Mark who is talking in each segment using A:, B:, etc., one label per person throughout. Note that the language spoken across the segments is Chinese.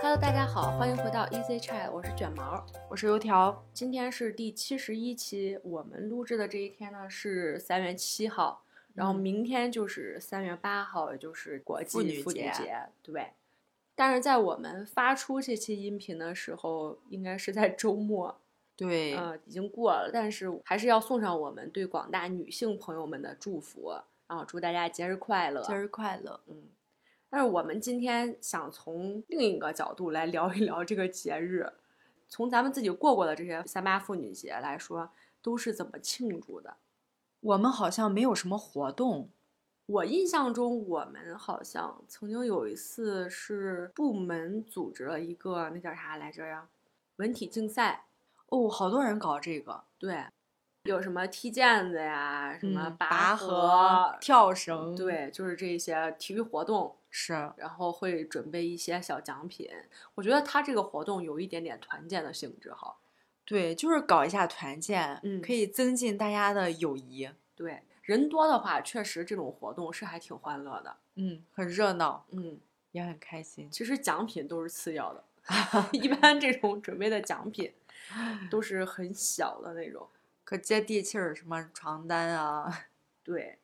A: Hello，大家好，欢迎回到 Easy Chat，我是卷毛。
B: 我是油条，
A: 今天是第七十一期，我们录制的这一天呢是三月七号，然后
B: 嗯
A: 明天就是三月八号，也就是国际
B: 妇女
A: 妇女
B: 节
A: 节，对。但是在我们发出这期音频的时候，应该是在周末，
B: 对，
A: 呃，已经过了，但是还是要送上我们对广大女性朋友们的祝福，然后祝大家节日快乐，
B: 节日快乐，
A: 嗯，但是我们今天想从另一个角度来聊一聊这个节日，从咱们自己过过的这些三八妇女节来说，都是怎么庆祝的？
B: 我们好像没有什么活动，
A: 我印象中，我们好像曾经有一次是部门组织了一个那叫啥来着呀，文体竞赛，
B: 哦，好多人搞这个，
A: 对，有什么踢毽子呀，什么
B: 嗯
A: 拔
B: 拔
A: 河
B: 河、，跳绳，，
A: 对，就是这些体育活动。
B: 是，
A: 然后会准备一些小奖品。我觉得他这个活动有一点点团建的性质哈。
B: 对，就是搞一下团建，
A: 嗯
B: 可以增进大家的友谊，
A: 对，人多的话，确实这种活动是还挺欢乐的。
B: 嗯，很热闹，
A: 嗯，
B: 也很开心，
A: 其实奖品都是次要的， 一般这种准备的奖品都是很小的那种。
B: 可接地气儿，什么床单啊，
A: 对，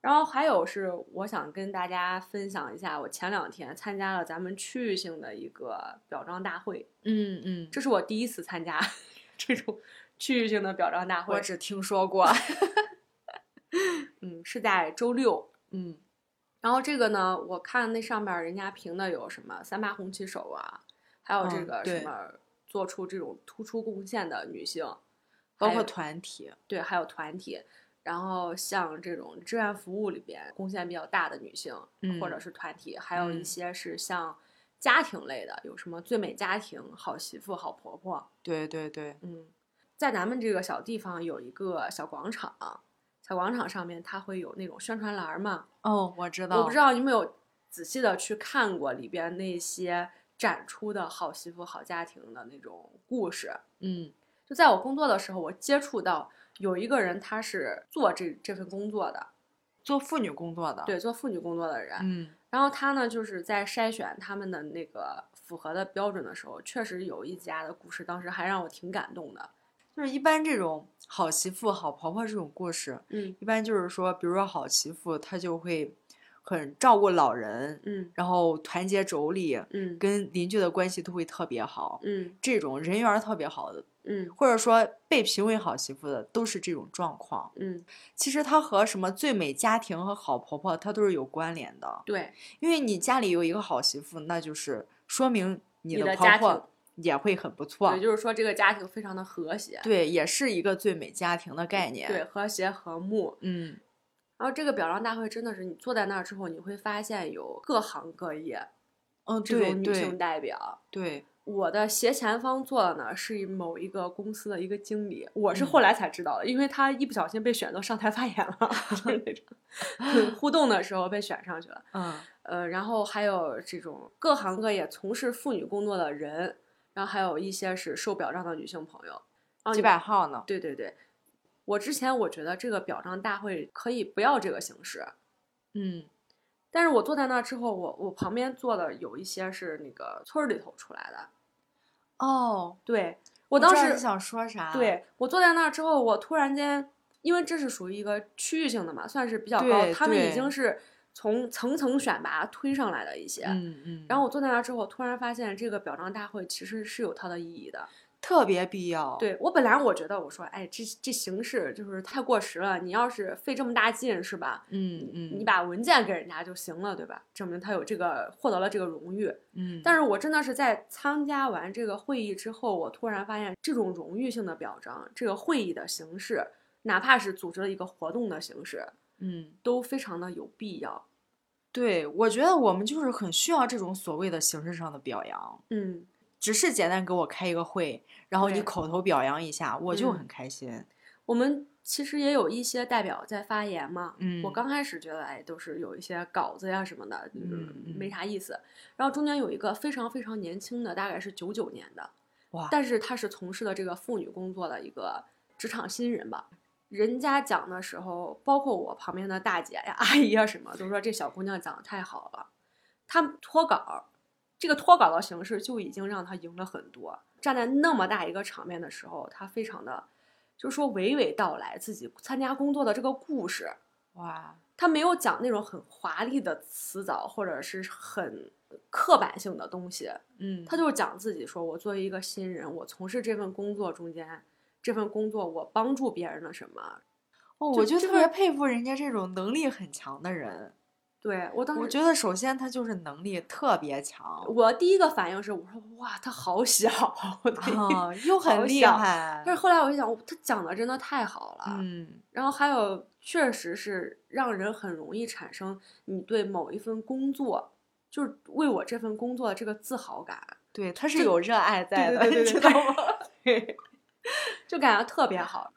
A: 然后还有是我想跟大家分享一下，我前两天参加了咱们区域性的一个表彰大会，
B: 嗯嗯，
A: 这是我第一次参加 这种区域性的表彰大会
B: 我。只听说过，
A: 嗯，是在周六。
B: 嗯，
A: 然后这个呢，我看那上面儿人家评的有什么三八红旗手啊，还有这
B: 嗯
A: 个什
B: 对
A: 么做出这种突出贡献的女性，
B: 包
A: 还
B: 括
A: 有
B: 团体，
A: 对，还有团体。然后像这种志愿服务里边贡献比较大的女性，或者
B: 嗯
A: 是团体，还有一
B: 嗯
A: 些是像家庭类的，有什么最美家庭、好媳妇、好婆婆，
B: 对对对，
A: 嗯，在咱们这个小地方有一个小广场，小广场上面它会有那种宣传栏儿嘛，
B: 哦，我知道，
A: 我不知道你们有仔细的去看过里边那些展出的好媳妇、好家庭的那种故事。
B: 嗯
A: 就在我工作的时候，我接触到有一个人，他是做这这份工作的，
B: 做妇女工作的，，
A: 对，做妇女工作的人。
B: 嗯
A: 然后他呢，就是在筛选他们的那个符合的标准的时候，确实有一家的故事，当时还让我挺感动的。
B: 就是一般这种好媳妇、好婆婆这种故事，
A: 嗯
B: 一般就是说，比如说好媳妇，她就会很照顾老人，
A: 嗯
B: 然后团结妯娌，
A: 嗯
B: 跟邻居的关系都会特别好。
A: 嗯
B: 这种人缘儿特别好的，
A: 嗯
B: 或者说被评为好媳妇的，都是这种状况。
A: 嗯，
B: 其实它和什么最美家庭和好婆婆，它都是有关联的。
A: 对，
B: 因为你家里有一个好媳妇，那就是说明你
A: 你
B: 的
A: 的
B: 婆
A: 家庭
B: 婆也会很不错
A: 也。就是说这个家庭非常的和谐，
B: 对，也是一个最美家庭的概念。
A: 嗯对，，和谐和睦。
B: 嗯，
A: 然后这个表彰大会真的是你坐在那儿之后，你会发现有各行各业
B: 嗯，
A: 这
B: 对
A: 种女性
B: 对
A: 代表。
B: 对，
A: 我的斜前方坐的呢是某一个公司的一个经理，我是
B: 嗯
A: 后来才知道的，因为他一不小心被选到上台发言了，就是那 种互动的时候被选上去了。
B: 嗯。
A: 呃，然后还有这种各行各业从事妇女工作的人，然后还有一些是受表彰的女性朋友，然后
B: 几
A: 哦你
B: 百号呢？
A: 对对对，我之前我觉得这个表彰大会可以不要这个形式，
B: 嗯，
A: 但是我坐在那儿之后，我我旁边坐的有一些是那个村儿里头出来的，
B: 哦，
A: 对
B: 我
A: 我当
B: 知道你
A: 时
B: 想说啥？，
A: 对我坐在那儿之后，我突然间，因为这是属于一个区域性的嘛，算是比较高，
B: 对
A: 他们已
B: 对
A: 经是从层层选拔推上来的一些。
B: 嗯嗯，
A: 然后我坐在那儿之后，突然发现这个表彰大会其实是有它的意义的。
B: 特别必要，，
A: 对我本来我觉得我说，哎，这这形式就是太过时了。你要是费这么大劲是吧？
B: 嗯嗯，
A: 你把文件给人家就行了，对吧？证明他有这个获得了这个荣誉。
B: 嗯，
A: 但是我真的是在参加完这个会议之后，我突然发现这种荣誉性的表彰，这个会议的形式，哪怕是组织了一个活动的形式，
B: 嗯，
A: 都非常的有必要。
B: 对，我觉得我们就是很需要这种所谓的形式上的表扬，
A: 嗯，
B: 只是简单给我开一个会，然后你
A: 对
B: 口头表扬一下，我就
A: 嗯
B: 很开心。
A: 我们其实也有一些代表在发言嘛。
B: 嗯，
A: 我刚开始觉得，哎，都是有一些稿子呀什么的，就是
B: 嗯嗯
A: 没啥意思。然后中间有一个非常非常年轻的，大概是九九年的，
B: 哇，
A: 但是他是从事的这个妇女工作的一个职场新人吧。人家讲的时候，包括我旁边的 大姐呀、阿姨啊什么，都说这小姑娘讲的太好了。她脱稿，这个脱稿的形式就已经让他赢了很多。站在那么大一个场面的时候，他非常的，就是说娓娓道来自己参加工作的这个故事，
B: 哇，
A: 他没有讲那种很华丽的辞藻或者是很刻板性的东西，
B: 嗯，
A: 他就是讲自己说，我作为一个新人，我从事这份工作中间，这份工作我帮助别人了什么？
B: 哦，
A: 就
B: 我就
A: 这
B: 特
A: 个
B: 别佩服人家这种能力很强的人。
A: 对我当时
B: 我觉得首先他就是能力特别强，
A: 我第一个反应是，我说哇，他好小，我的一
B: 啊，又
A: 好
B: 很厉
A: 小
B: 害。
A: 但是后来我就想，他讲的真的太好了。
B: 嗯，
A: 然后还有，确实是让人很容易产生你对某一份工作，就是为我这份工作的这个自豪感，
B: 对，他是
A: 这
B: 有热爱在的，
A: 对对对对
B: 你知
A: 对
B: 道吗？
A: 就感觉特别好。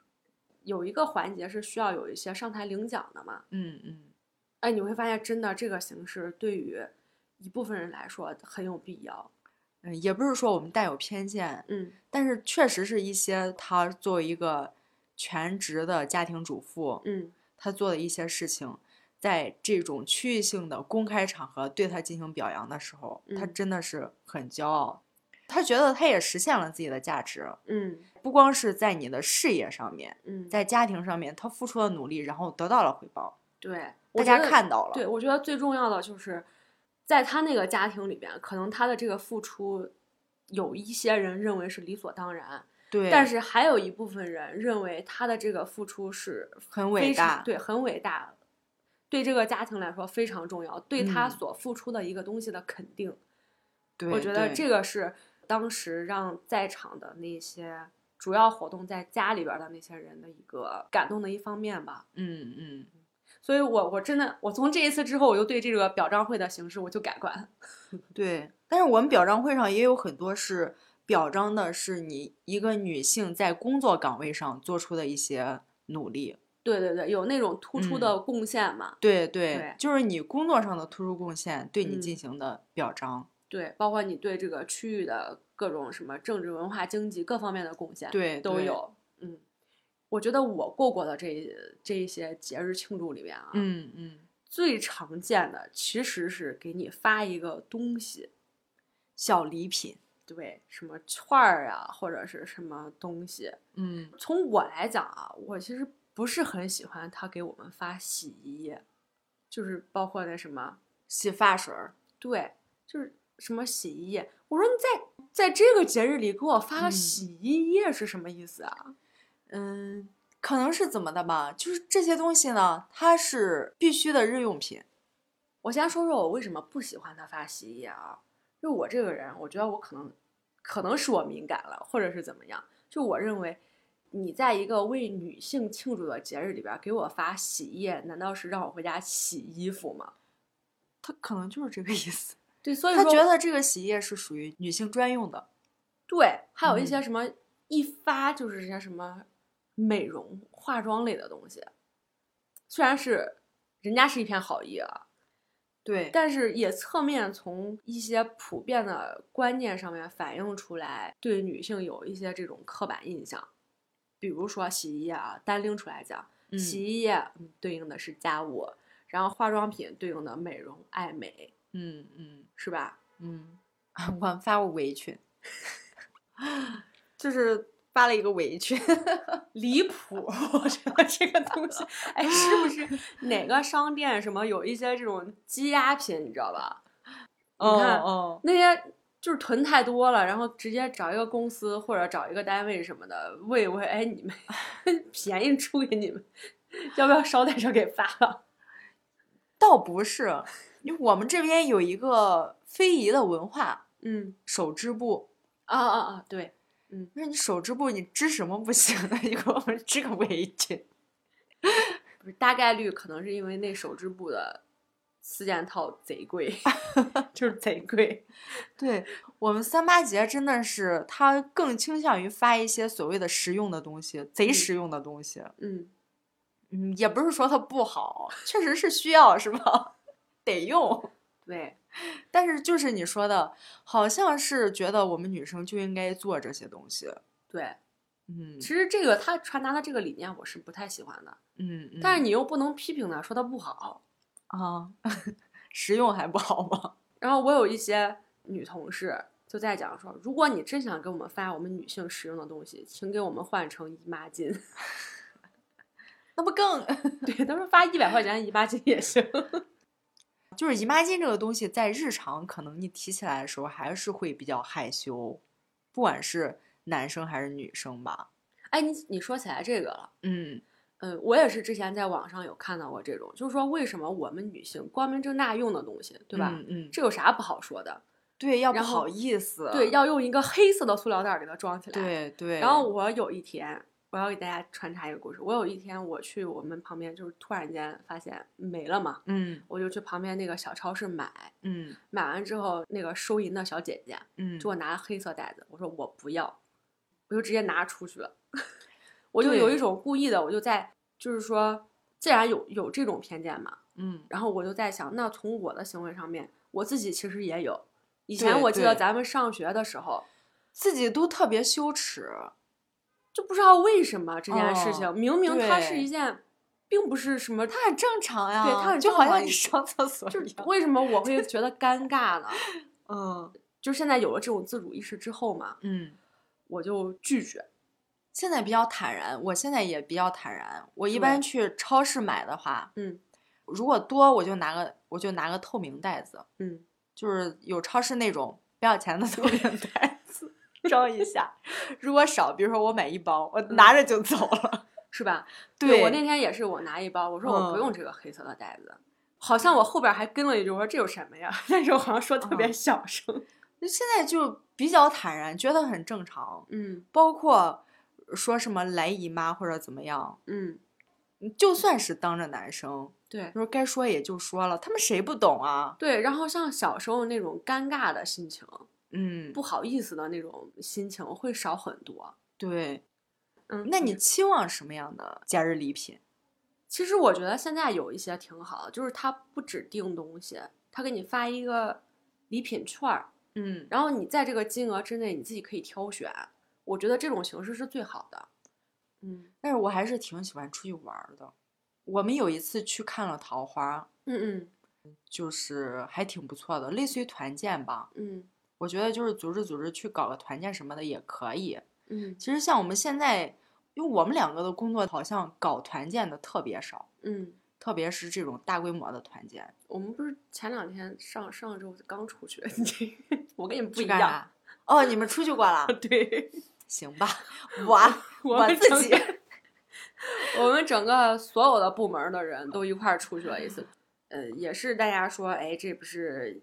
A: 有一个环节是需要有一些上台领奖的嘛，
B: 嗯嗯，
A: 哎，你会发现真的这个形式对于一部分人来说很有必要。
B: 嗯，也不是说我们带有偏见，
A: 嗯
B: 但是确实是一些他作为一个全职的家庭主妇，
A: 嗯，
B: 他做的一些事情，在这种区域性的公开场合对他进行表扬的时候，他
A: 嗯
B: 真的是很骄傲，他觉得他也实现了自己的价值，
A: 嗯
B: 不光是在你的事业上面，
A: 嗯，
B: 在家庭上面，他付出了努力，然后得到了回报，
A: 对，
B: 大
A: 我
B: 家
A: 觉得
B: 看到了，
A: 对，我觉得最重要的就是，在他那个家庭里边，可能他的这个付出，有一些人认为是理所当然，
B: 对，
A: 但是还有一部分人认为他的这个付出是
B: 很
A: 非
B: 伟
A: 常
B: 大，
A: 对，很伟大，对这个家庭来说非常重要，对他
B: 嗯
A: 所付出的一个东西的肯定，
B: 对，
A: 我觉得
B: 对
A: 这个是当时让在场的那些。主要活动在家里边的那些人的一个感动的一方面吧，
B: 嗯嗯，
A: 所以我我真的我从这一次之后，我就对这个表彰会的形式我就改观。
B: 对。但是我们表彰会上也有很多是表彰的是你一个女性在工作岗位上做出的一些努力，
A: 对对对，有那种突出的贡献嘛，
B: 对对，
A: 对
B: 就是你工作上的突出贡献对你
A: 嗯
B: 进行的表彰，啊
A: 对，包括你对这个区域的各种什么政治、文化、经济各方面的贡献，
B: 对
A: 都
B: 对
A: 有。嗯，我觉得我过过的这一这一些节日庆祝里面啊，
B: 嗯嗯，
A: 最常见的其实是给你发一个东西，
B: 小礼品，
A: 对，什么券儿啊，或者是什么东西。
B: 嗯，
A: 从我来讲啊，我其实不是很喜欢他给我们发洗衣液，就是包括那什么。
B: 洗发水儿，
A: 对，就是什么洗衣液。我说你在在这个节日里给我发个
B: 嗯
A: 洗衣液是什么意思啊？
B: 嗯，可能是怎么的吧，就是这些东西呢，它是必须的日用品，
A: 我先说说我为什么不喜欢他发洗衣液啊？就我这个人，我觉得我可能可能是我敏感了，或者是怎么样。就我认为，你在一个为女性庆祝的节日里边儿给我发洗衣液，难道是让我回家洗衣服吗？
B: 它可能就是这个意思。
A: 对，所以
B: 他
A: 说
B: 觉得这个洗衣液是属于女性专用的，
A: 对，还有一
B: 嗯
A: 些什么、一发就是这些什么美容、化妆类的东西，虽然是人家是一片好意啊，
B: 对，
A: 但是也侧面从一些普遍的观念上面反映出来，对女性有一些这种刻板印象。比如说洗衣液啊，单拎出来讲，
B: 嗯
A: 洗衣液嗯对应的是家务，然后化妆品对应的美容爱美，
B: 嗯嗯
A: 是吧？
B: 嗯，我发过围裙， 就是发了一个围裙，
A: 离谱！我觉得这个东西，哎，是不 是哪个商店什么有一些这种积压品，你知道吧？你看
B: 哦，
A: 那些就是囤太多了，然后直接找一个公司或者找一个单位什么的喂喂，哎，你们便宜出给你们，要不要捎带着给发了？
B: 倒不是，因为我们这边有一个非遗的文化，
A: 嗯，
B: 手织布。
A: 啊啊啊，对，
B: 那你手织布，你织什么不行呢？ 你给我们织个围裙。
A: 不是大概率可能是因为那手织布的四件套贼贵，就是贼贵。
B: 对我们三八节真的是，它更倾向于发一些所谓的实用的东西，贼
A: 嗯
B: 实用的东西。
A: 嗯，
B: 嗯，也不是说它不好，确实是需要，是吧？ 得用。
A: 对，
B: 但是就是你说的，好像是觉得我们女生就应该做这些东西。
A: 对。
B: 嗯
A: 其实这个他传达的这个理念我是不太喜欢的，
B: 嗯，嗯
A: 但是你又不能批评他说他不好。
B: 啊，实用还不好吗？
A: 然后我有一些女同事就在讲说，如果你真想给我们发我们女性使用的东西，请给我们换成姨妈巾。
B: 那不更
A: 对，他说发一百块钱的姨妈巾也行。
B: 就是姨妈巾这个东西，在日常可能你提起来的时候，还是会比较害羞，不管是男生还是女生吧。
A: 哎，你你说起来这个了，
B: 嗯，
A: 嗯，我也是之前在网上有看到过这种，就是说为什么我们女性光明正大用的东西，对吧？
B: 嗯嗯，
A: 这有啥不好说的？
B: 对，要不
A: 然后
B: 好意思，
A: 对，要用一个黑色的塑料袋儿给它装起来。。
B: 对对。
A: 然后我有一天，我要给大家穿插一个故事。我有一天我去我们旁边，就是突然间发现没了嘛，
B: 嗯
A: 我就去旁边那个小超市买。
B: 嗯
A: 买完之后，那个收银的小姐姐
B: 嗯，
A: 就给我拿了黑色袋子，我说我不要，我就直接拿出去了。 我就
B: 对
A: 有一种故意的，我就在就是说，既然有有这种偏见嘛，
B: 嗯
A: 然后我就在想，那从我的行为上面，我自己其实也有。以
B: 对
A: 前我记得
B: 对
A: 咱们上学的时候，
B: 自己都特别羞耻。
A: 就不知道为什么这件事情，
B: 哦
A: 明明它是
B: 对
A: 一件，并不是什么，它
B: 它很 正常呀，
A: 对它很
B: 就
A: 正
B: 好
A: 常
B: 像
A: 一
B: 你上厕所
A: 就
B: 一
A: 是
B: 样。
A: 为什么我会觉得尴尬呢？
B: 嗯
A: 就是现在有了这种自主意识之后嘛，
B: 嗯，
A: 我就拒绝。
B: 现在比较坦然，我现在也比较坦然。我一
A: 对
B: 般去超市买的话，
A: 嗯
B: 如果多我就拿个我就拿个透明袋子，
A: 嗯，
B: 就是有超市那种不要钱的透明袋子装一下。如果少，比如说我买一包，我拿着就走了。
A: 是吧？
B: 对
A: 我那天也是，我拿一包，我说我不
B: 嗯
A: 用这个黑色的袋子。好像我后边还跟了一句，我说这有什么呀？ 但是我好像说特别
B: 嗯
A: 小声。
B: 就现在就比较坦然，觉得很正常。
A: 嗯
B: 包括说什么来姨妈或者怎么样，
A: 嗯，
B: 就算是当着男生，
A: 对
B: 就是该说也就说了，他们谁不懂啊？
A: 对。然后像小时候那种尴尬的心情，
B: 嗯，
A: 不好意思的那种心情会少很多。
B: 对。
A: 嗯，
B: 那你期望什么样的节日礼品？
A: 其实我觉得现在有一些挺好的，就是它不指定东西，它给你发一个礼品券儿，
B: 嗯，
A: 然后你在这个金额之内你自己可以挑选。我觉得这种形式是最好的。嗯
B: 但是我还是挺喜欢出去玩儿的。我们有一次去看了桃花，
A: 嗯
B: 就是还挺不错的，类似于团建吧。
A: 嗯
B: 我觉得就是组织组织去搞个团建什么的也可以。
A: 嗯嗯
B: 其实像我们现在，因为我们两个的工作好像搞团建的特别少，
A: 嗯，
B: 特别是这种大规模的团建。
A: 我们不是前两天上上周刚出去， 你这我跟你们不
B: 去
A: 一
B: 干
A: 样。
B: 啥？哦，你们出去 过了？
A: 对，
B: 行吧，我
A: 我
B: 我
A: 们
B: 自
A: 整
B: 己
A: 个 我们整个所有的部门的人都一块儿出去了一次。呃，也是大家说，哎，这不是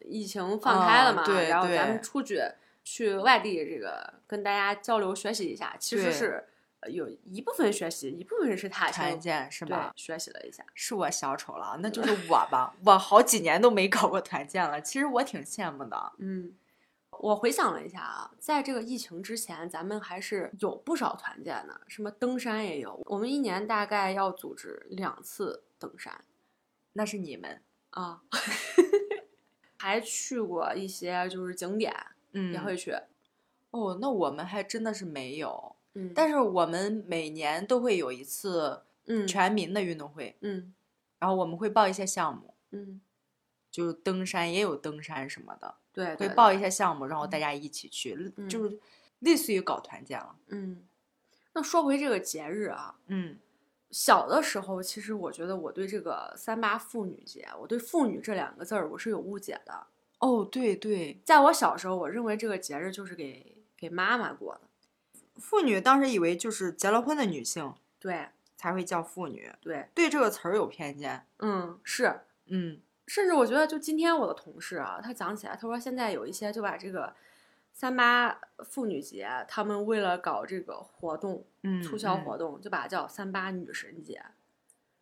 A: 疫情放开了
B: 啊
A: 嘛，
B: 对
A: 然后咱
B: 对
A: 们出去去外地，这个跟大家交流学习一下，其实
B: 对
A: 是呃有一部分学习，一部分是踏青，
B: 团建是
A: 对
B: 吧？嗯
A: 学习了一下。
B: 是我小丑了，那就是我吧。我好几年都没搞过团建了，其实我挺羡慕的。
A: 嗯，我回想了一下啊，在这个疫情之前，咱们还是有不少团建的，什么登山也有，我们一年大概要组织两次登山
B: 那是你们，
A: 啊， 还去过一些就是景点
B: 嗯
A: 也会去，
B: 哦。那我们还真的是没有，
A: 嗯，
B: 但
A: 是
B: 是我们每年都会有一次
A: 嗯
B: 全民的运动会，
A: 嗯
B: 然后我们会报一些项目，
A: 嗯，
B: 就是登山也有登山什么的，嗯
A: 对，
B: 会
A: 对
B: 报
A: 对
B: 一些项目，然后大家一起去，
A: 嗯
B: 就是类似于搞团建了。
A: 嗯。那说回这个节日啊，
B: 嗯
A: 小的时候，其实我觉得我对这个三八妇女节，我对“妇女”这两个字儿我是有误解的。
B: 哦，对对，
A: 在我小时候，我认为这个节日就是给给妈妈过的。
B: 妇女当时以为就是结了婚的女性
A: 对
B: 才会叫妇女，
A: 对，
B: 对这个词儿有偏见。
A: 嗯，是。
B: 嗯
A: 甚至我觉得，就今天我的同事啊，他讲起来，他说现在有一些就把这个三八妇女节，他们为了搞这个活动、
B: 嗯，
A: 促销
B: 嗯
A: 活动，就把它叫三八女神节。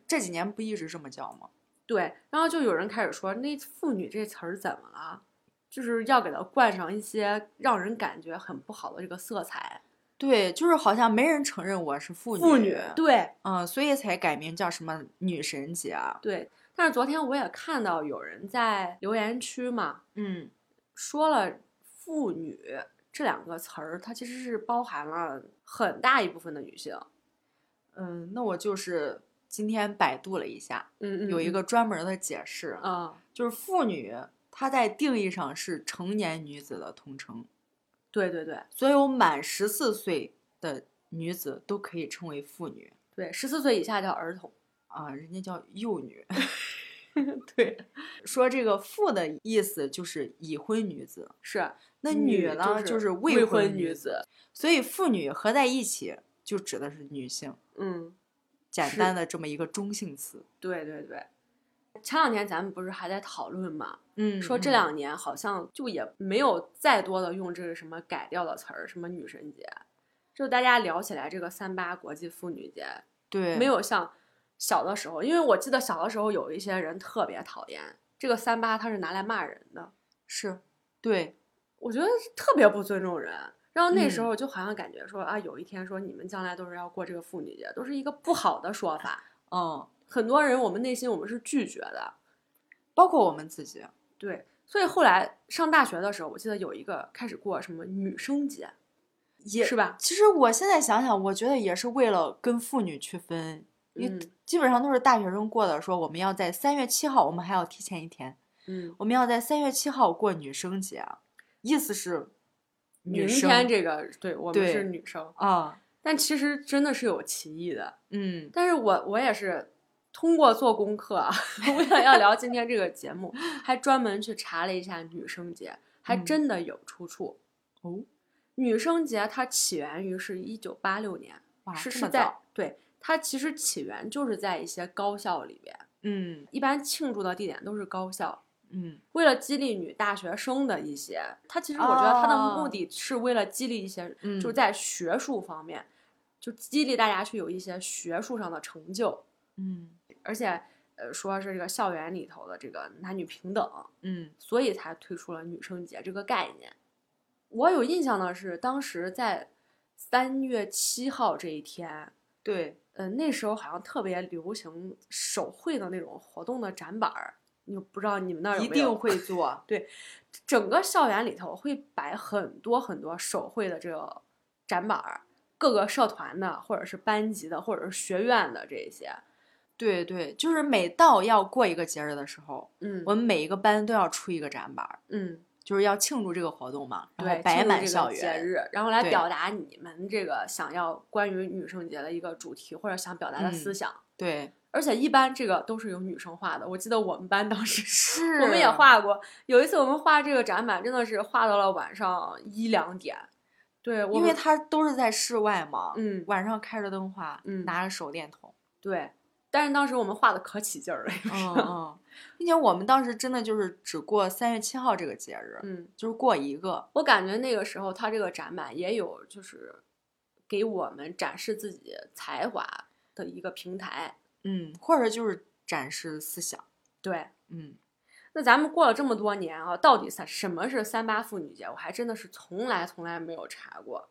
B: 这几年不一直这么叫吗？
A: 对，然后就有人开始说，那“妇女”这词儿怎么了？就是要给它冠上一些让人感觉很不好的这个色彩。
B: 对，就是好像没人承认我是妇女，
A: 对
B: 嗯，所以才改名叫什么女神节啊。
A: 对。但是昨天我也看到有人在留言区嘛，
B: 嗯，
A: 说了“妇女”这两个词儿，它其实是包含了很大一部分的女性。
B: 嗯，那我就是今天百度了一下，
A: 嗯
B: 有一个专门儿的解释，
A: 啊，
B: 就是妇女它在定义上是成年女子的统称，
A: 对对对
B: 所有满十四岁的女子都可以称为妇女
A: 对，十四岁以下叫儿童。
B: 啊，人家叫幼 女。
A: 对，
B: 说这个“妇”的意思就是已婚女子，
A: 是
B: 那
A: 女
B: 女呢
A: 就是未
B: 婚
A: 女嗯
B: 子，，所以妇女合在一起就指的是女性，
A: 嗯，
B: 简
A: 是
B: 单的这么一个中性词。
A: 对对对。前两天咱们不是还在讨论嘛，
B: 嗯
A: 说这两年好像就也没有再多的用这个什么改掉的词儿，什么女神节，就大家聊起来这个三八国际妇女节，
B: 对
A: 没有像小的时候，因为我记得小的时候有一些人特别讨厌这个三八，它是拿来骂人的，
B: 是，对
A: 我觉得是特别不尊重人。然后那时
B: 嗯
A: 候就好像感觉说、啊，有一天说你们将来都是要过这个妇女节，都是一个不好的说法。
B: 嗯，
A: 很多人我们内心我们是拒绝的，
B: 包括我们自己，
A: 对。所以后来上大学的时候，我记得有一个开始过什么女生节，
B: 也
A: 是吧？
B: 其实我现在想想，我觉得也是为了跟妇女区分，因为
A: 嗯
B: 基本上都是大学生过的，说我们要在三月七号，我们还要提前一天，
A: 嗯，
B: 我们要在三月七号过女生节，意思是
A: 明
B: 女生
A: 天这个对我们
B: 对
A: 是女生，
B: 啊，
A: 但其实真的是有歧义的。
B: 嗯
A: 但是我我也是通过做功课啊， 为了要聊今天这个节目，还专门去查了一下女生节，还
B: 嗯
A: 真的有出处。
B: 哦，
A: 女生节它起源于是一九八六年，
B: 哇，
A: 是
B: 这
A: 是
B: 么
A: 在
B: 早
A: 对它其实起源就是在一些高校里边，
B: 嗯
A: 一般庆祝的地点都是高校。
B: 嗯
A: 为了激励女大学生的一些，它其实我觉得它的目
B: 哦
A: 的是为了激励一些，
B: 嗯
A: 就在学术方面，就激励大家去有一些学术上的成就。
B: 嗯
A: 而且呃说是这个校园里头的这个男女平等，
B: 嗯
A: 所以才推出了女生节这个概念。我有印象的是，当时在三月七号这一天，
B: 对，
A: 呃，那时候好像特别流行手绘的那种活动的展板儿，你不知道你们那儿有没
B: 一
A: 有
B: 定会做，
A: 整个校园里头会摆很多很多手绘的这个展板儿，各个社团的，或者是班级的，或者是学院的这些，
B: 对对，就是每到要过一个节日的时候，
A: 嗯，
B: 我们每一个班都要出一个展板儿，
A: 嗯。
B: 就是要庆祝这个活动嘛，然
A: 对，
B: 后摆
A: 庆祝
B: 满
A: 这个
B: 校
A: 节
B: 园，
A: 日，然后来
B: 对
A: 表达你们这个想要关于女生节的一个主题或者想表达的思
B: 嗯
A: 想。
B: 对，
A: 而且一般这个都是由女生画的，我记得我们班当时
B: 是
A: 我们也，画过，有一次我们画这个展板，真的是画到了晚上一两点。对，我
B: 因为
A: 们
B: 它都是在室外嘛，
A: 嗯
B: 晚上开着灯画，
A: 嗯
B: 拿着手电筒，
A: 对，但是当时我们画的可起劲儿了。
B: 嗯嗯，并且我们当时真的就是只过三月七号这个节日，
A: 嗯，
B: 就是过一个，
A: 我感觉那个时候他这个展板也有就是给我们展示自己才华的一个平台。
B: 嗯，或者就是展示思想，
A: 对，
B: 嗯
A: 那咱们过了这么多年啊，到底三什么是三八妇女节？我还真的是从来从来没有查过。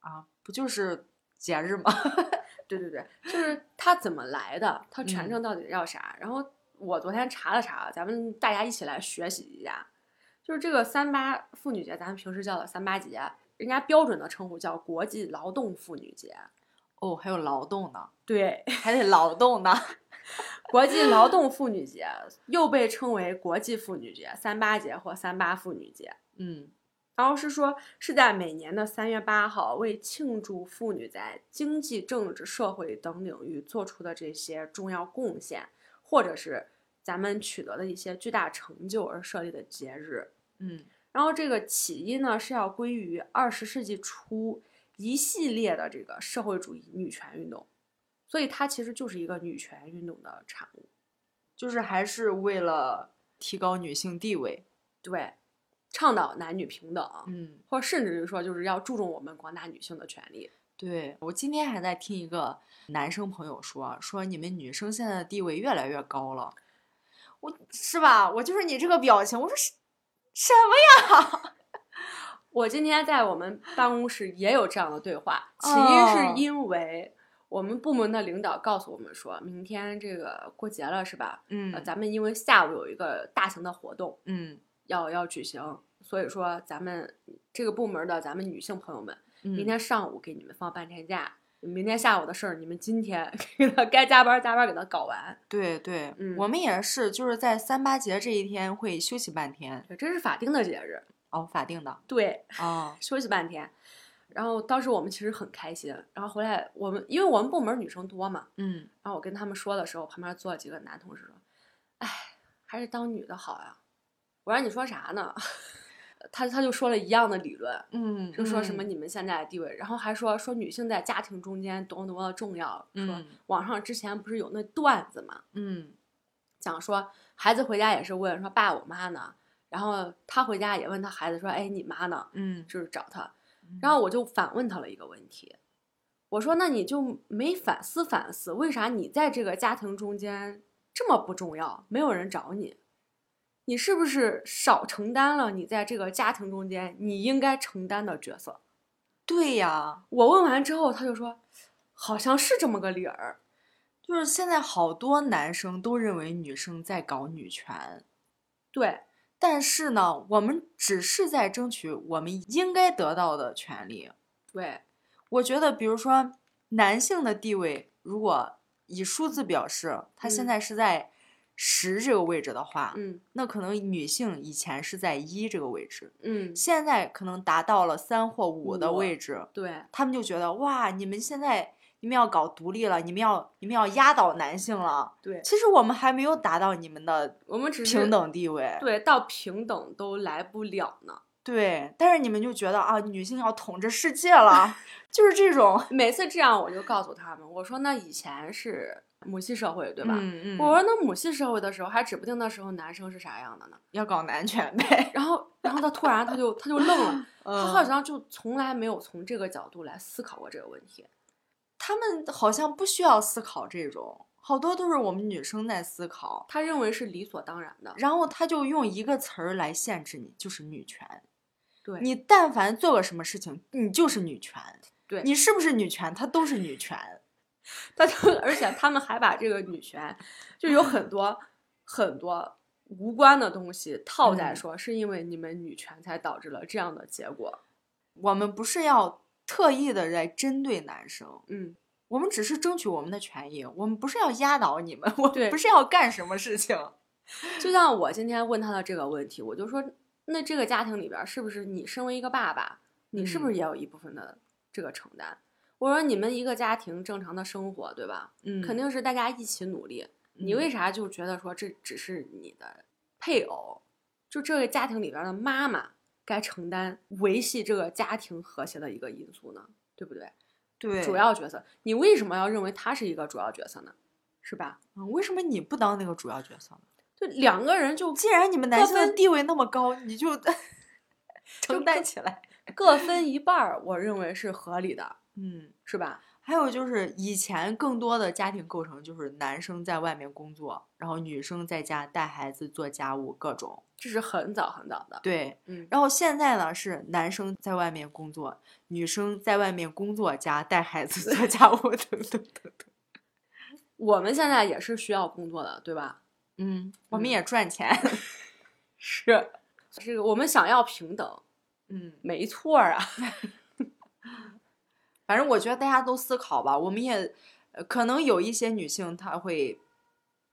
B: 啊，不就是节日吗？
A: 对对对，就是它怎么来的，它全
B: 嗯
A: 称到底叫啥？然后我昨天查了查，咱们大家一起来学习一下。就是这个三八妇女节，咱们平时叫的三八节，人家标准的称呼叫国际劳动妇女节。
B: 哦，还有劳动呢，
A: 对，
B: 还得劳动呢，
A: 国际劳动妇女节又被称为国际妇女节、三八节或三八妇女节。
B: 嗯
A: 然后是说是在每年的三月八号，为庆祝妇女在经济、政治、社会等领域做出的这些重要贡献，或者是咱们取得的一些巨大成就而设立的节日。
B: 嗯
A: 然后这个起因呢，是要归于二十世纪初一系列的这个社会主义女权运动，所以它其实就是一个女权运动的产物。
B: 就是还是为了提高女性地位，
A: 对，倡导男女平等，
B: 嗯。
A: 或者甚至于说就是要注重我们广大女性的权利。
B: 对，我今天还在听一个男生朋友说，说你们女生现在的地位越来越高了，我是吧？我就是你这个表情，我说是啊什么呀？
A: 我今天在我们办公室也有这样的对话，起
B: 哦
A: 因是因为我们部门的领导告诉我们说，明天这个过节了是吧？呃，
B: 嗯
A: 咱们因为下午有一个大型的活动
B: 嗯
A: 要要举行，所以说咱们这个部门的咱们女性朋友们，
B: 嗯，
A: 明天上午给你们放半天假，明天下午的事儿，你们今天 给他该加班加班给他搞完，
B: 对对，
A: 嗯
B: 我们也是，就是在三八节这一天会休息半天，
A: 这是法定的节日，
B: 哦，法定的，
A: 对，，
B: 哦
A: 休息半天。然后当时我们其实很开心，然后回来我们因为我们部门女生多嘛，
B: 嗯，
A: 然后我跟他们说的时候，旁边坐了几个男同事说：“哎，还是当女的好呀。”我让你说啥呢？ 他他就说了一样的理论，
B: 嗯，
A: 就说什么
B: 嗯，
A: 你们现在的地位，然后还说说女性在家庭中间多么多么的重要。说
B: 嗯
A: 网上之前不是有那段子嘛，
B: 嗯
A: 讲说孩子回家也是问说爸我妈呢，然后他回家也问他孩子说哎你妈呢，
B: 嗯，
A: 就是找他。
B: 嗯
A: 然后我就反问他了一个问题，我说：“那你就没反思反思，为啥你在这个家庭中间这么不重要，没有人找你？你是不是少承担了你在这个家庭中间你应该承担的角色
B: 对呀，？”
A: 我问完之后，他就说：“好像是这么个理儿。
B: 就是现在好多男生都认为女生在搞女权，”
A: 对，
B: 但是呢，我们只是在争取我们应该得到的权利。
A: 对，
B: 我觉得，比如说男性的地位，如果以数字表示，他现
A: 嗯
B: 在是在十这个位置的话，
A: 嗯
B: 那可能女性以前是在一这个位置，
A: 嗯，
B: 现在可能达到了三或五的
A: 五
B: 位置，
A: 对
B: 他们就觉得哇，你们现在你们要搞独立了，你们要你们要压倒男性了。
A: 对，
B: 其实我们还没有达到你们的
A: 我们只是
B: 平等地位，
A: 对到平等都来不了呢。
B: 对，但是你们就觉得啊，女性要统治世界 了，就是这种，
A: 每次这样，我就告诉他们，我说：“那以前是母系社会，对吧？”
B: 嗯嗯，
A: 我说那母系社会的时候，还指不定那时候男生是啥样的呢。
B: 要搞男权 呗，
A: 然后，然后他突然他就他就愣 了，他
B: 嗯
A: 好像就从来没有从这个角度来思考过这个问题。
B: 他们好像不需要思考这种，好多都是我们女生在思考，
A: 他认为是理所当然的。
B: 然后他就用一个词儿来限制你，就是女权。
A: 对
B: 你但凡做个什么事情，你就是女权。
A: 对
B: 你是不是女权，她都是女权。
A: 他就而且他们还把这个女权，就有 很多很多无关的东西套在
B: 嗯
A: 说，是因为你们女权才导致了这样的结果。
B: 我们不是要特意的来针对男生，
A: 嗯，
B: 我们只是争取我们的权益，我们不是要压倒你们， 我
A: 对
B: 们不是要干什么事情。
A: 就像我今天问他的这个问题，我就说，那这个家庭里边儿，是不是你身为一个爸爸，你是不
B: 嗯
A: 是也有一部分的这个承担？我说，你们一个家庭正常的生活，对吧？
B: 嗯
A: 肯定是大家一起努力。你
B: 嗯
A: 为啥就觉得说这只是你的配偶，就这个家庭里边儿的妈妈该承担维系这个家庭和谐的一个因素呢？对不对？
B: 对
A: 主要角色，你为什么要认为他是一个主要角色呢？是吧？
B: 嗯为什么你不当那个主要角色呢？
A: 就两个人就
B: 既然你们男性的
A: 分
B: 地位那么高，你就 承担起来。
A: 各分一半儿，我认为是合理的，
B: 嗯，
A: 是吧？
B: 还有就是以前更多的家庭构成就是男生在外面工作，然后女生在家带孩子、做家务各种。
A: 这是很早很早的，
B: 对，
A: 嗯，
B: 然后现在呢是男生在外面工作，女生在外面工作加带孩子、做家务 等等等等。
A: 我们现在也是需要工作的，对吧？
B: 嗯，我们
A: 嗯
B: 也赚钱。
A: 是，这个我们想要平等，
B: 嗯，
A: 没错儿啊。
B: 反正我觉得大家都思考吧，我们也呃可能有一些女性她会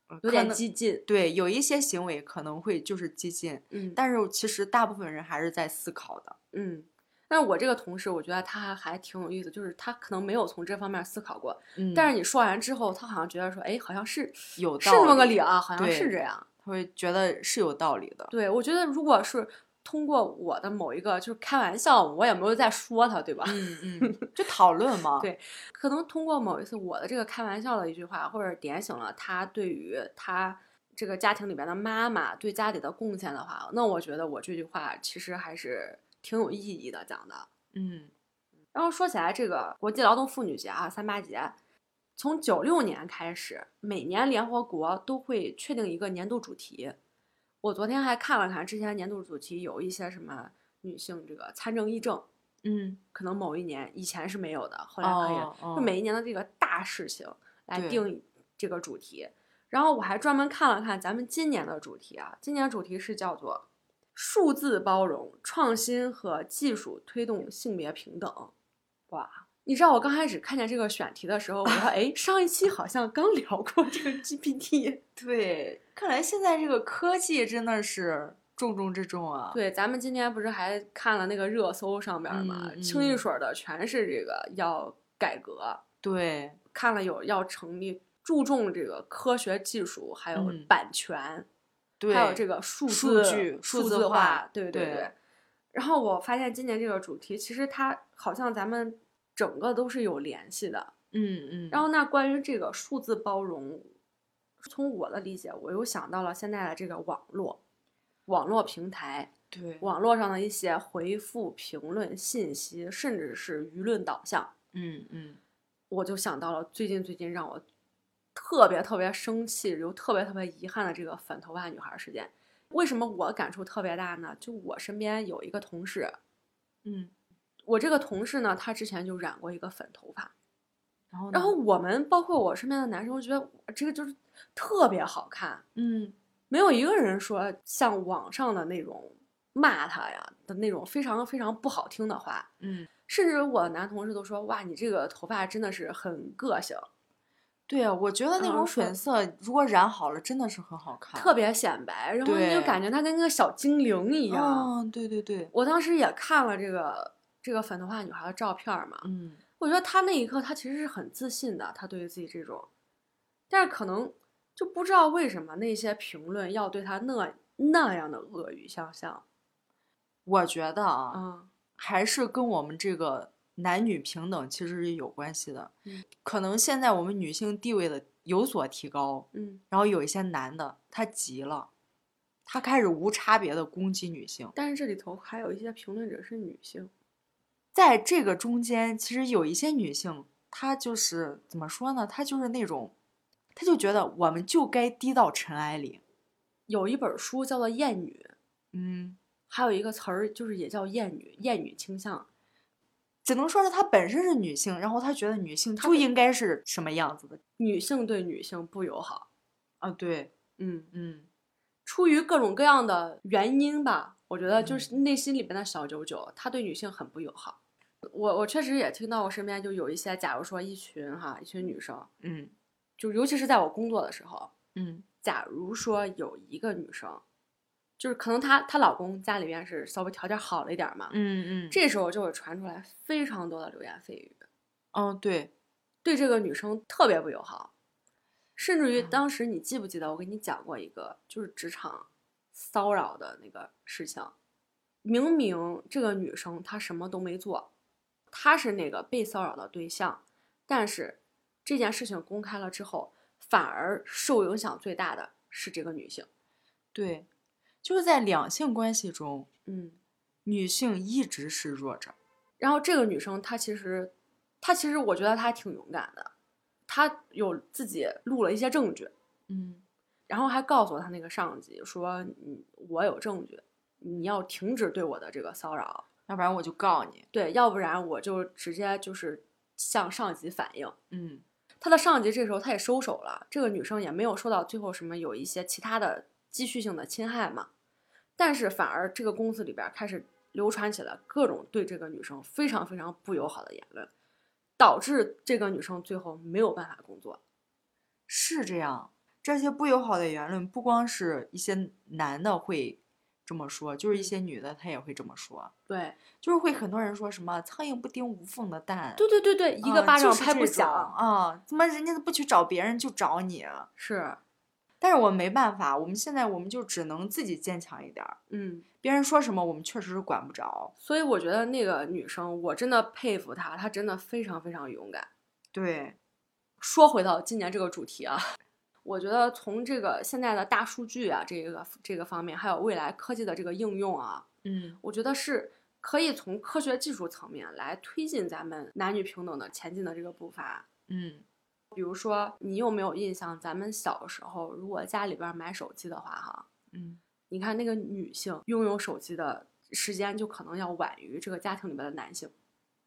B: 呃
A: 有
B: 可
A: 点
B: 能
A: 激进，
B: 对，有一些行为可能会就是激进，
A: 嗯
B: 但是其实大部分人还是在思考的。
A: 嗯。但是我这个同事，我觉得他还挺有意思，就是他可能没有从这方面思考过，
B: 嗯
A: 但是你说完之后，他好像觉得说，哎，好像是
B: 有
A: 是
B: 道
A: 这么个
B: 理
A: 理啊，好像是
B: 对
A: 这样。
B: 他会觉得是有道理的。
A: 对，我觉得如果是通过我的某一个就是开玩笑，我也没有在说他，对吧？
B: 嗯嗯，就讨论嘛。
A: 对可能通过某一次我的这个开玩笑的一句话，或者点醒了他对于他这个家庭里边的妈妈对家里的贡献的话，那我觉得我这句话其实还是挺有意义的讲的。
B: 嗯
A: 然后说起来这个国际劳动妇女节啊，三八节，从九六年开始，每年联合国都会确定一个年度主题。我昨天还看了看之前年度主题有一些什么女性这个参政议政，
B: 嗯，
A: 可能某一年以前是没有的，后来可以了。
B: 哦
A: 就每一年的这个大事情来
B: 对
A: 定这个主题。然后我还专门看了看咱们今年的主题啊，今年主题是叫做“数字包容、创新和技术推动性别平等”。哇，你知道我刚开始看见这个选题的时候，我 说：“哎，上一期好像刚聊过这个 GPT。
B: 对，看来现在这个科技真的是重中之重啊”。
A: 对，咱们今天不是还看了那个热搜上边嘛，
B: 嗯嗯
A: 清一水儿的全是这个要改革，
B: 对
A: 看了有要成立注重这个科学技术，还有
B: 嗯
A: 版权，
B: 对，
A: 还有这个数
B: 数
A: 字
B: 据数
A: 数
B: 字
A: 字
B: 化
A: 对
B: 对
A: 对。然后我发现今年这个主题，其实它好像咱们整个都是有联系的。
B: 嗯嗯，
A: 然后那关于这个数字包容，从我的理解，我又想到了现在的这个网络，网络平台，
B: 对，
A: 网络上的一些回复、评论、信息，甚至是舆论导向，
B: 嗯嗯
A: 我就想到了最近最近让我特别特别生气又特别特别遗憾的这个反头发女孩事件。为什么我感触特别大呢？就我身边有一个同事，
B: 嗯，
A: 我这个同事呢，他之前就染过一个粉头发，
B: 然后
A: 然
B: 然
A: 后我们包括我身边的男生，我觉得哇这个就是特别好看，
B: 嗯
A: 没有一个人说像网上的那种骂他呀的那种非常非常不好听的话，
B: 嗯，
A: 甚至我男同事都说哇，你这个头发真的是很个性，
B: 对啊，我觉得那
A: 嗯
B: 种
A: 说
B: 粉色如果染好了，真的是很好看，
A: 特别显白，然后你
B: 对
A: 就感觉他跟个小精灵一
B: 一
A: 样。
B: 嗯，对对对，
A: 我当时也看了这个这个粉头发女孩的照片嘛，
B: 嗯
A: 我觉得她那一刻她其实是很自信的，她对于自己这种，但是可能就不知道为什么那些评论要对她那那样的恶语相向。
B: 我觉得啊，
A: 嗯
B: 还是跟我们这个男女平等其实是有关系的。
A: 嗯
B: 可能现在我们女性地位的有所提高，
A: 嗯，
B: 然后有一些男的他急了，他开始无差别的攻击女性。
A: 但是这里头还有一些评论者是女性，
B: 在这个中间，其实有一些女性，她就是怎么说呢？她就是那种，她就觉得我们就该低到尘埃里。
A: 有一本书叫做《厌女》，
B: 嗯，
A: 还有一个词儿就是也叫厌女，厌女倾向。
B: 只能说是她本身是女性，然后她觉得女性就应该是什么样子的
A: 女性对女性不友好，
B: 啊？对，
A: 嗯，
B: 嗯，
A: 出于各种各样的原因吧，我觉得就是内心里边的小九九，他对女性很不友好。我我确实也听到我身边就有一些，假如说一群哈一群女生，
B: 嗯
A: 就尤其是在我工作的时候，
B: 嗯
A: 假如说有一个女生，就是可能她她老公家里边是稍微条件好了一点儿嘛，
B: 嗯嗯，
A: 这时候就会传出来非常多的流言蜚语，
B: 嗯对，
A: 对这个女生特别不友好，甚至于
B: 嗯
A: 当时你记不记得我跟你讲过一个就是职场骚扰的那个事情？明明这个女生她什么都没做，她是那个被骚扰的对象，但是这件事情公开了之后，反而受影响最大的是这个女性。
B: 对，就是在两性关系中，
A: 嗯，
B: 女性一直是弱者。
A: 然后这个女生她其实，她其实我觉得她挺勇敢的，她有自己录了一些证据，
B: 嗯
A: 然后还告诉他那个上级说，嗯，我有证据，你要停止对我的这个骚扰，
B: 要不然我就告你。
A: 对，要不然我就直接就是向上级反映。
B: 嗯
A: 他的上级这时候他也收手了，这个女生也没有受到最后什么有一些其他的继续性的侵害嘛，但是反而这个公司里边开始流传起了各种对这个女生非常非常不友好的言论，导致这个女生最后没有办法工作。
B: 是这样。这些不友好的言论，不光是一些男的会这么说，就是一些女的她也会这么说，
A: 对，
B: 就是会很多人说什么“苍蝇不叮无缝的蛋”，
A: 对对对对，一个
B: 啊
A: 巴
B: 就
A: 掌
B: 是
A: 拍
B: 这
A: 不
B: 种
A: 响，
B: 啊！怎么人家不去找别人，就找你？
A: 是，
B: 但是我没办法，我们现在我们就只能自己坚强一点儿，
A: 嗯。
B: 别人说什么我们确实是管不着。
A: 所以我觉得那个女生，我真的佩服她，她真的非常非常勇敢。
B: 对，
A: 说回到今年这个主题啊，我觉得从这个现在的大数据啊，这个这个方面，还有未来科技的这个应用啊，
B: 嗯，
A: 我觉得是可以从科学技术层面来推进咱们男女平等的前进的这个步伐。
B: 嗯
A: 比如说，你有没有印象？咱们小时候如果家里边买手机的话，哈，
B: 嗯，
A: 你看那个女性拥有手机的时间就可能要晚于这个家庭里边的男性，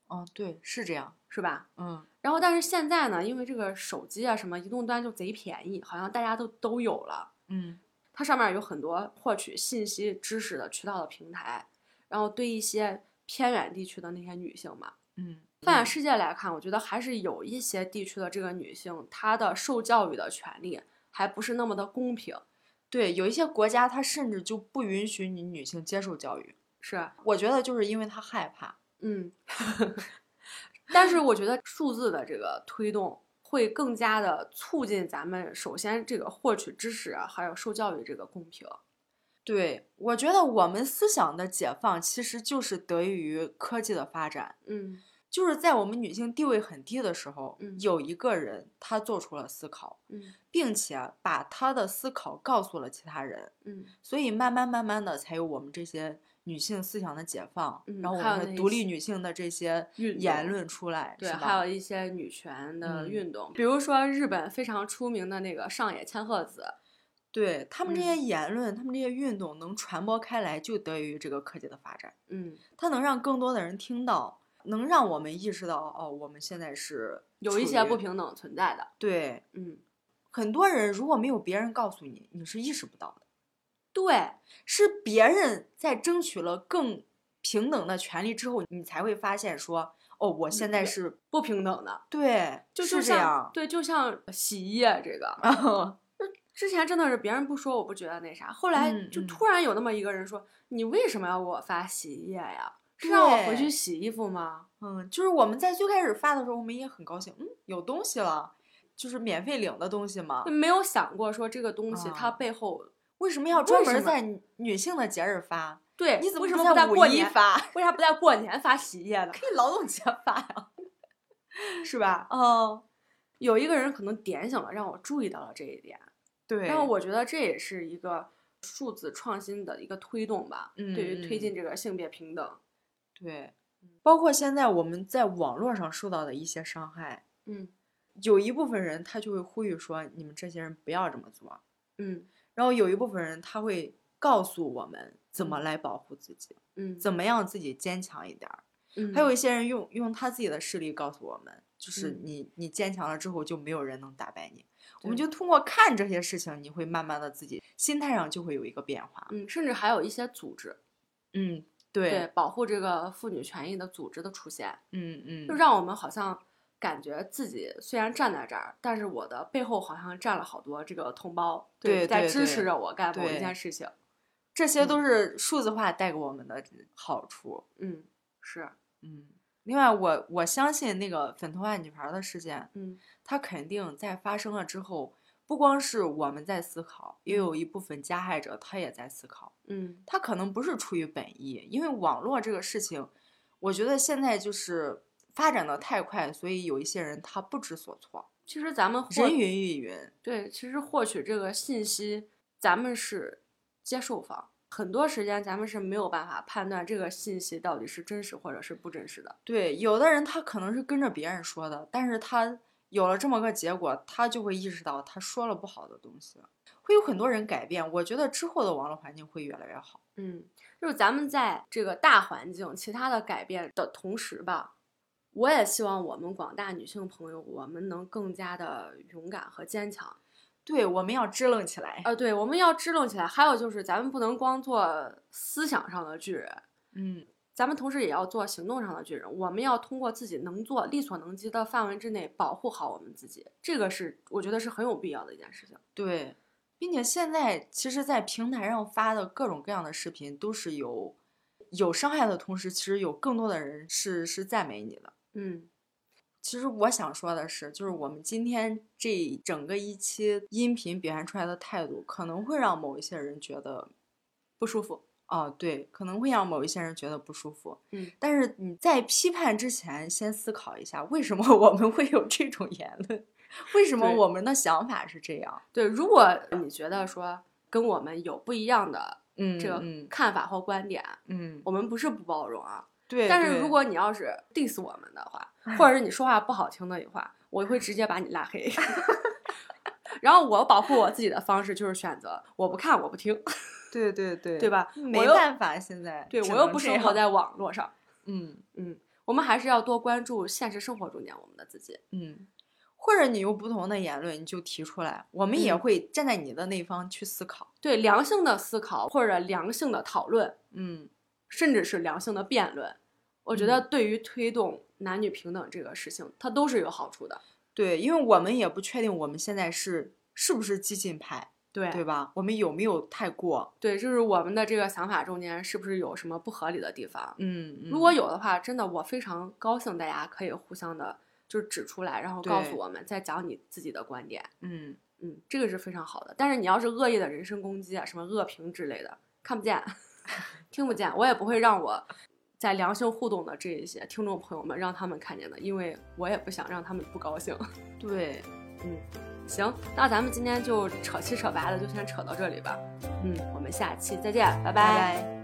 B: 哦，对，是这样。
A: 是吧？
B: 嗯
A: 然后，但是现在呢，因为这个手机啊什么移动端就贼便宜，好像大家都都有了。
B: 嗯
A: 它上面有很多获取信息、知识的渠道的平台，然后对一些偏远地区的那些女性嘛，
B: 嗯
A: 放眼
B: 嗯
A: 世界来看，我觉得还是有一些地区的这个女性，她的受教育的权利还不是那么的公平。
B: 对，有一些国家它甚至就不允许你女性接受教育。
A: 是，
B: 我觉得就是因为他害怕，
A: 嗯， 但是我觉得数字的这个推动会更加的促进咱们首先这个获取知识啊，还有受教育这个公平。
B: 对我觉得我们思想的解放其实就是得益于科技的发展。
A: 嗯
B: 就是在我们女性地位很低的时候，
A: 嗯
B: 有一个人他做出了思考，
A: 嗯
B: 并且把他的思考告诉了其他人，
A: 嗯，
B: 所以慢慢慢慢的才有我们这些女性思想的解放，
A: 嗯
B: 然后我
A: 还有
B: 们
A: 那
B: 的
A: 一
B: 独立
A: 些
B: 女性的这些
A: 运
B: 言
A: 动
B: 论出来，
A: 对，
B: 是
A: 还有
B: 吧
A: 一些女权的
B: 嗯
A: 运动，比如说日本非常出名的那个上野千鹤子，
B: 对他们这些
A: 嗯
B: 言论，他们这些运动能传播开来，就得益于这个科技的发展。
A: 嗯，
B: 它能让更多的人听到，能让我们意识到，哦，我们现在是
A: 有一
B: 处
A: 些
B: 于
A: 不。平等存在的，
B: 对，
A: 嗯，
B: 很多人如果没有别人告诉你，你是意识不到的，
A: 对，
B: 是别人在争取了更平等的权利之后，你才会发现说，哦，我现在
A: 对
B: 是
A: 不平等的，
B: 对，
A: 就是就
B: 这
A: 像
B: 样。啊
A: 对，就像洗衣液这个， 之前真的是别人不说我不觉得那啥，后来
B: 嗯
A: 就
B: 嗯
A: 突然有那么一个人说，你为什么要给我发洗衣液呀？是让我回
B: 对
A: 去洗衣服吗？
B: 嗯，就是我们在最开始发的时候，我们也很高兴，嗯，有东西了，就是免费领的东西嘛
A: 就。没有想过说这个东西它
B: 啊
A: 背后
B: 为什么要专
A: 为什
B: 门
A: 么
B: 在女女性的节日发？
A: 对，
B: 你怎么
A: 为什
B: 不
A: 么不
B: 在
A: 在
B: 五
A: 过
B: 一
A: 年？
B: 发？
A: 为啥不在过年发洗衣液呢？
B: 可以劳动节发呀。
A: 是吧？
B: 嗯，
A: 有一个人可能点醒了，让我注意到了这一点。
B: 对
A: 然后我觉得这也是一个数字创新的一个推动吧，对于推
B: 嗯
A: 进这个性别平等。
B: 对，包括现在我们在网络上受到的一些伤害，
A: 嗯
B: 有一部分人他就会呼吁说，你们这些人不要这么做。
A: 嗯
B: 然后有一部分人他会告诉我们怎么
A: 嗯
B: 来保护自己，
A: 嗯，
B: 怎么样自己坚强一点儿。
A: 嗯
B: 还有一些人用用他自己的事例告诉我们，就是
A: 嗯
B: 你你坚强了之后就没有人能打败你。我们
A: 对
B: 就通过看这些事情，你会慢慢的自己心态上就会有一个变化。
A: 嗯，甚至还有一些组织
B: 嗯，
A: 对
B: 对，
A: 保护这个妇女权益的组织的出现，
B: 嗯嗯，
A: 就让我们好像感觉自己虽然站在这儿，但是我的背后好像站了好多这个同胞，
B: 对
A: 在
B: 对
A: 支持
B: 对
A: 着我干某一
B: 对
A: 件事情。
B: 这些都
A: 嗯
B: 是数字化带给我们的好处。
A: 嗯，是，
B: 嗯，另外我我相信那个粉头发女孩的事件，
A: 嗯
B: 它肯定在发生了之后，不光是我们在思考，也有一部分加害者他也在思考。
A: 嗯
B: 他可能不是出于本意，因为网络这个事情，我觉得现在就是发展的太快，所以有一些人他不知所措，
A: 其实咱们获
B: 人云亦云。
A: 对，其实获取这个信息，咱们是接受方，很多时间咱们是没有办法判断这个信息到底是真实或者是不真实的。
B: 对，有的人他可能是跟着别人说的，但是他有了这么个结果，他就会意识到他说了不好的东西，会有很多人改变。我觉得之后的网络环境会越来越好。
A: 嗯，就是咱们在这个大环境、其他的改变的同时吧，我也希望我们广大女性朋友，我们能更加的勇敢和坚强。
B: 对，我们要支棱起来。
A: 呃，对，我们要支棱起来。还有就是，咱们不能光做思想上的巨人，
B: 嗯，
A: 咱们同时也要做行动上的巨人，我们要通过自己能做、力所能及的范围之内保护好我们自己，这个是我觉得是很有必要的一件事情。
B: 对，并且现在其实，在平台上发的各种各样的视频都是有有伤害的同时，其实有更多的人是是赞美你的。
A: 嗯
B: 其实我想说的是，就是我们今天这整个一期音频表现出来的态度，可能会让某一些人觉得，
A: 不舒服。
B: 哦，对，可能会让某一些人觉得不舒服。
A: 嗯，
B: 但是你在批判之前，先思考一下，为什么 我们会有这种言论？为什么
A: 对
B: 我们的想法是这样？
A: 对，如果你觉得说跟我们有不一样的
B: 嗯，
A: 这个
B: 嗯
A: 看法或观点，
B: 嗯，
A: 我们不是不包容啊。
B: 对。
A: 但是
B: 对
A: 如果你要是 diss 我们的话，或者是你说话不好听的话，我会直接把你拉黑。 然后我保护我自己的方式就是选择我不看我不听，
B: 对对对，
A: 对？吧？
B: 没
A: 我又
B: 办法，现在
A: 对
B: 只
A: 我又
B: 能
A: 不
B: 这
A: 生活
B: 样
A: 在网络上，
B: 嗯
A: 嗯，我们还是要多关注现实生活中间我们的自己。
B: 嗯，或者你有不同的言论，你就提出来，我们也
A: 嗯
B: 会站在你的那方去思考。
A: 对良性的思考或者良性的讨论，
B: 嗯，
A: 甚至是良性的辩论，我觉得对于推动男女平等这个事情，它都是有好处的。
B: 对，因为我们也不确定我们现在是是不是激进派，
A: 对
B: 对吧？我们有没有太过？
A: 对，就是我们的这个想法中间是不是有什么不合理的地方？
B: 嗯，
A: 如果有的话，真的我非常高兴，大家可以互相的就是指出来，然后告诉
B: 对
A: 我们，再讲你自己的观点。
B: 嗯，
A: 嗯，这个是非常好的。但是你要是恶意的人身攻击啊，什么恶评之类的，看不见， 听不见，我也不会让我在良性互动的这一些听众朋友们让他们看见的，因为我也不想让他们不高兴。
B: 嗯对，
A: 行，那咱们今天就扯七扯八的，就先扯到这里吧。嗯，我们下期再见，拜拜
B: 拜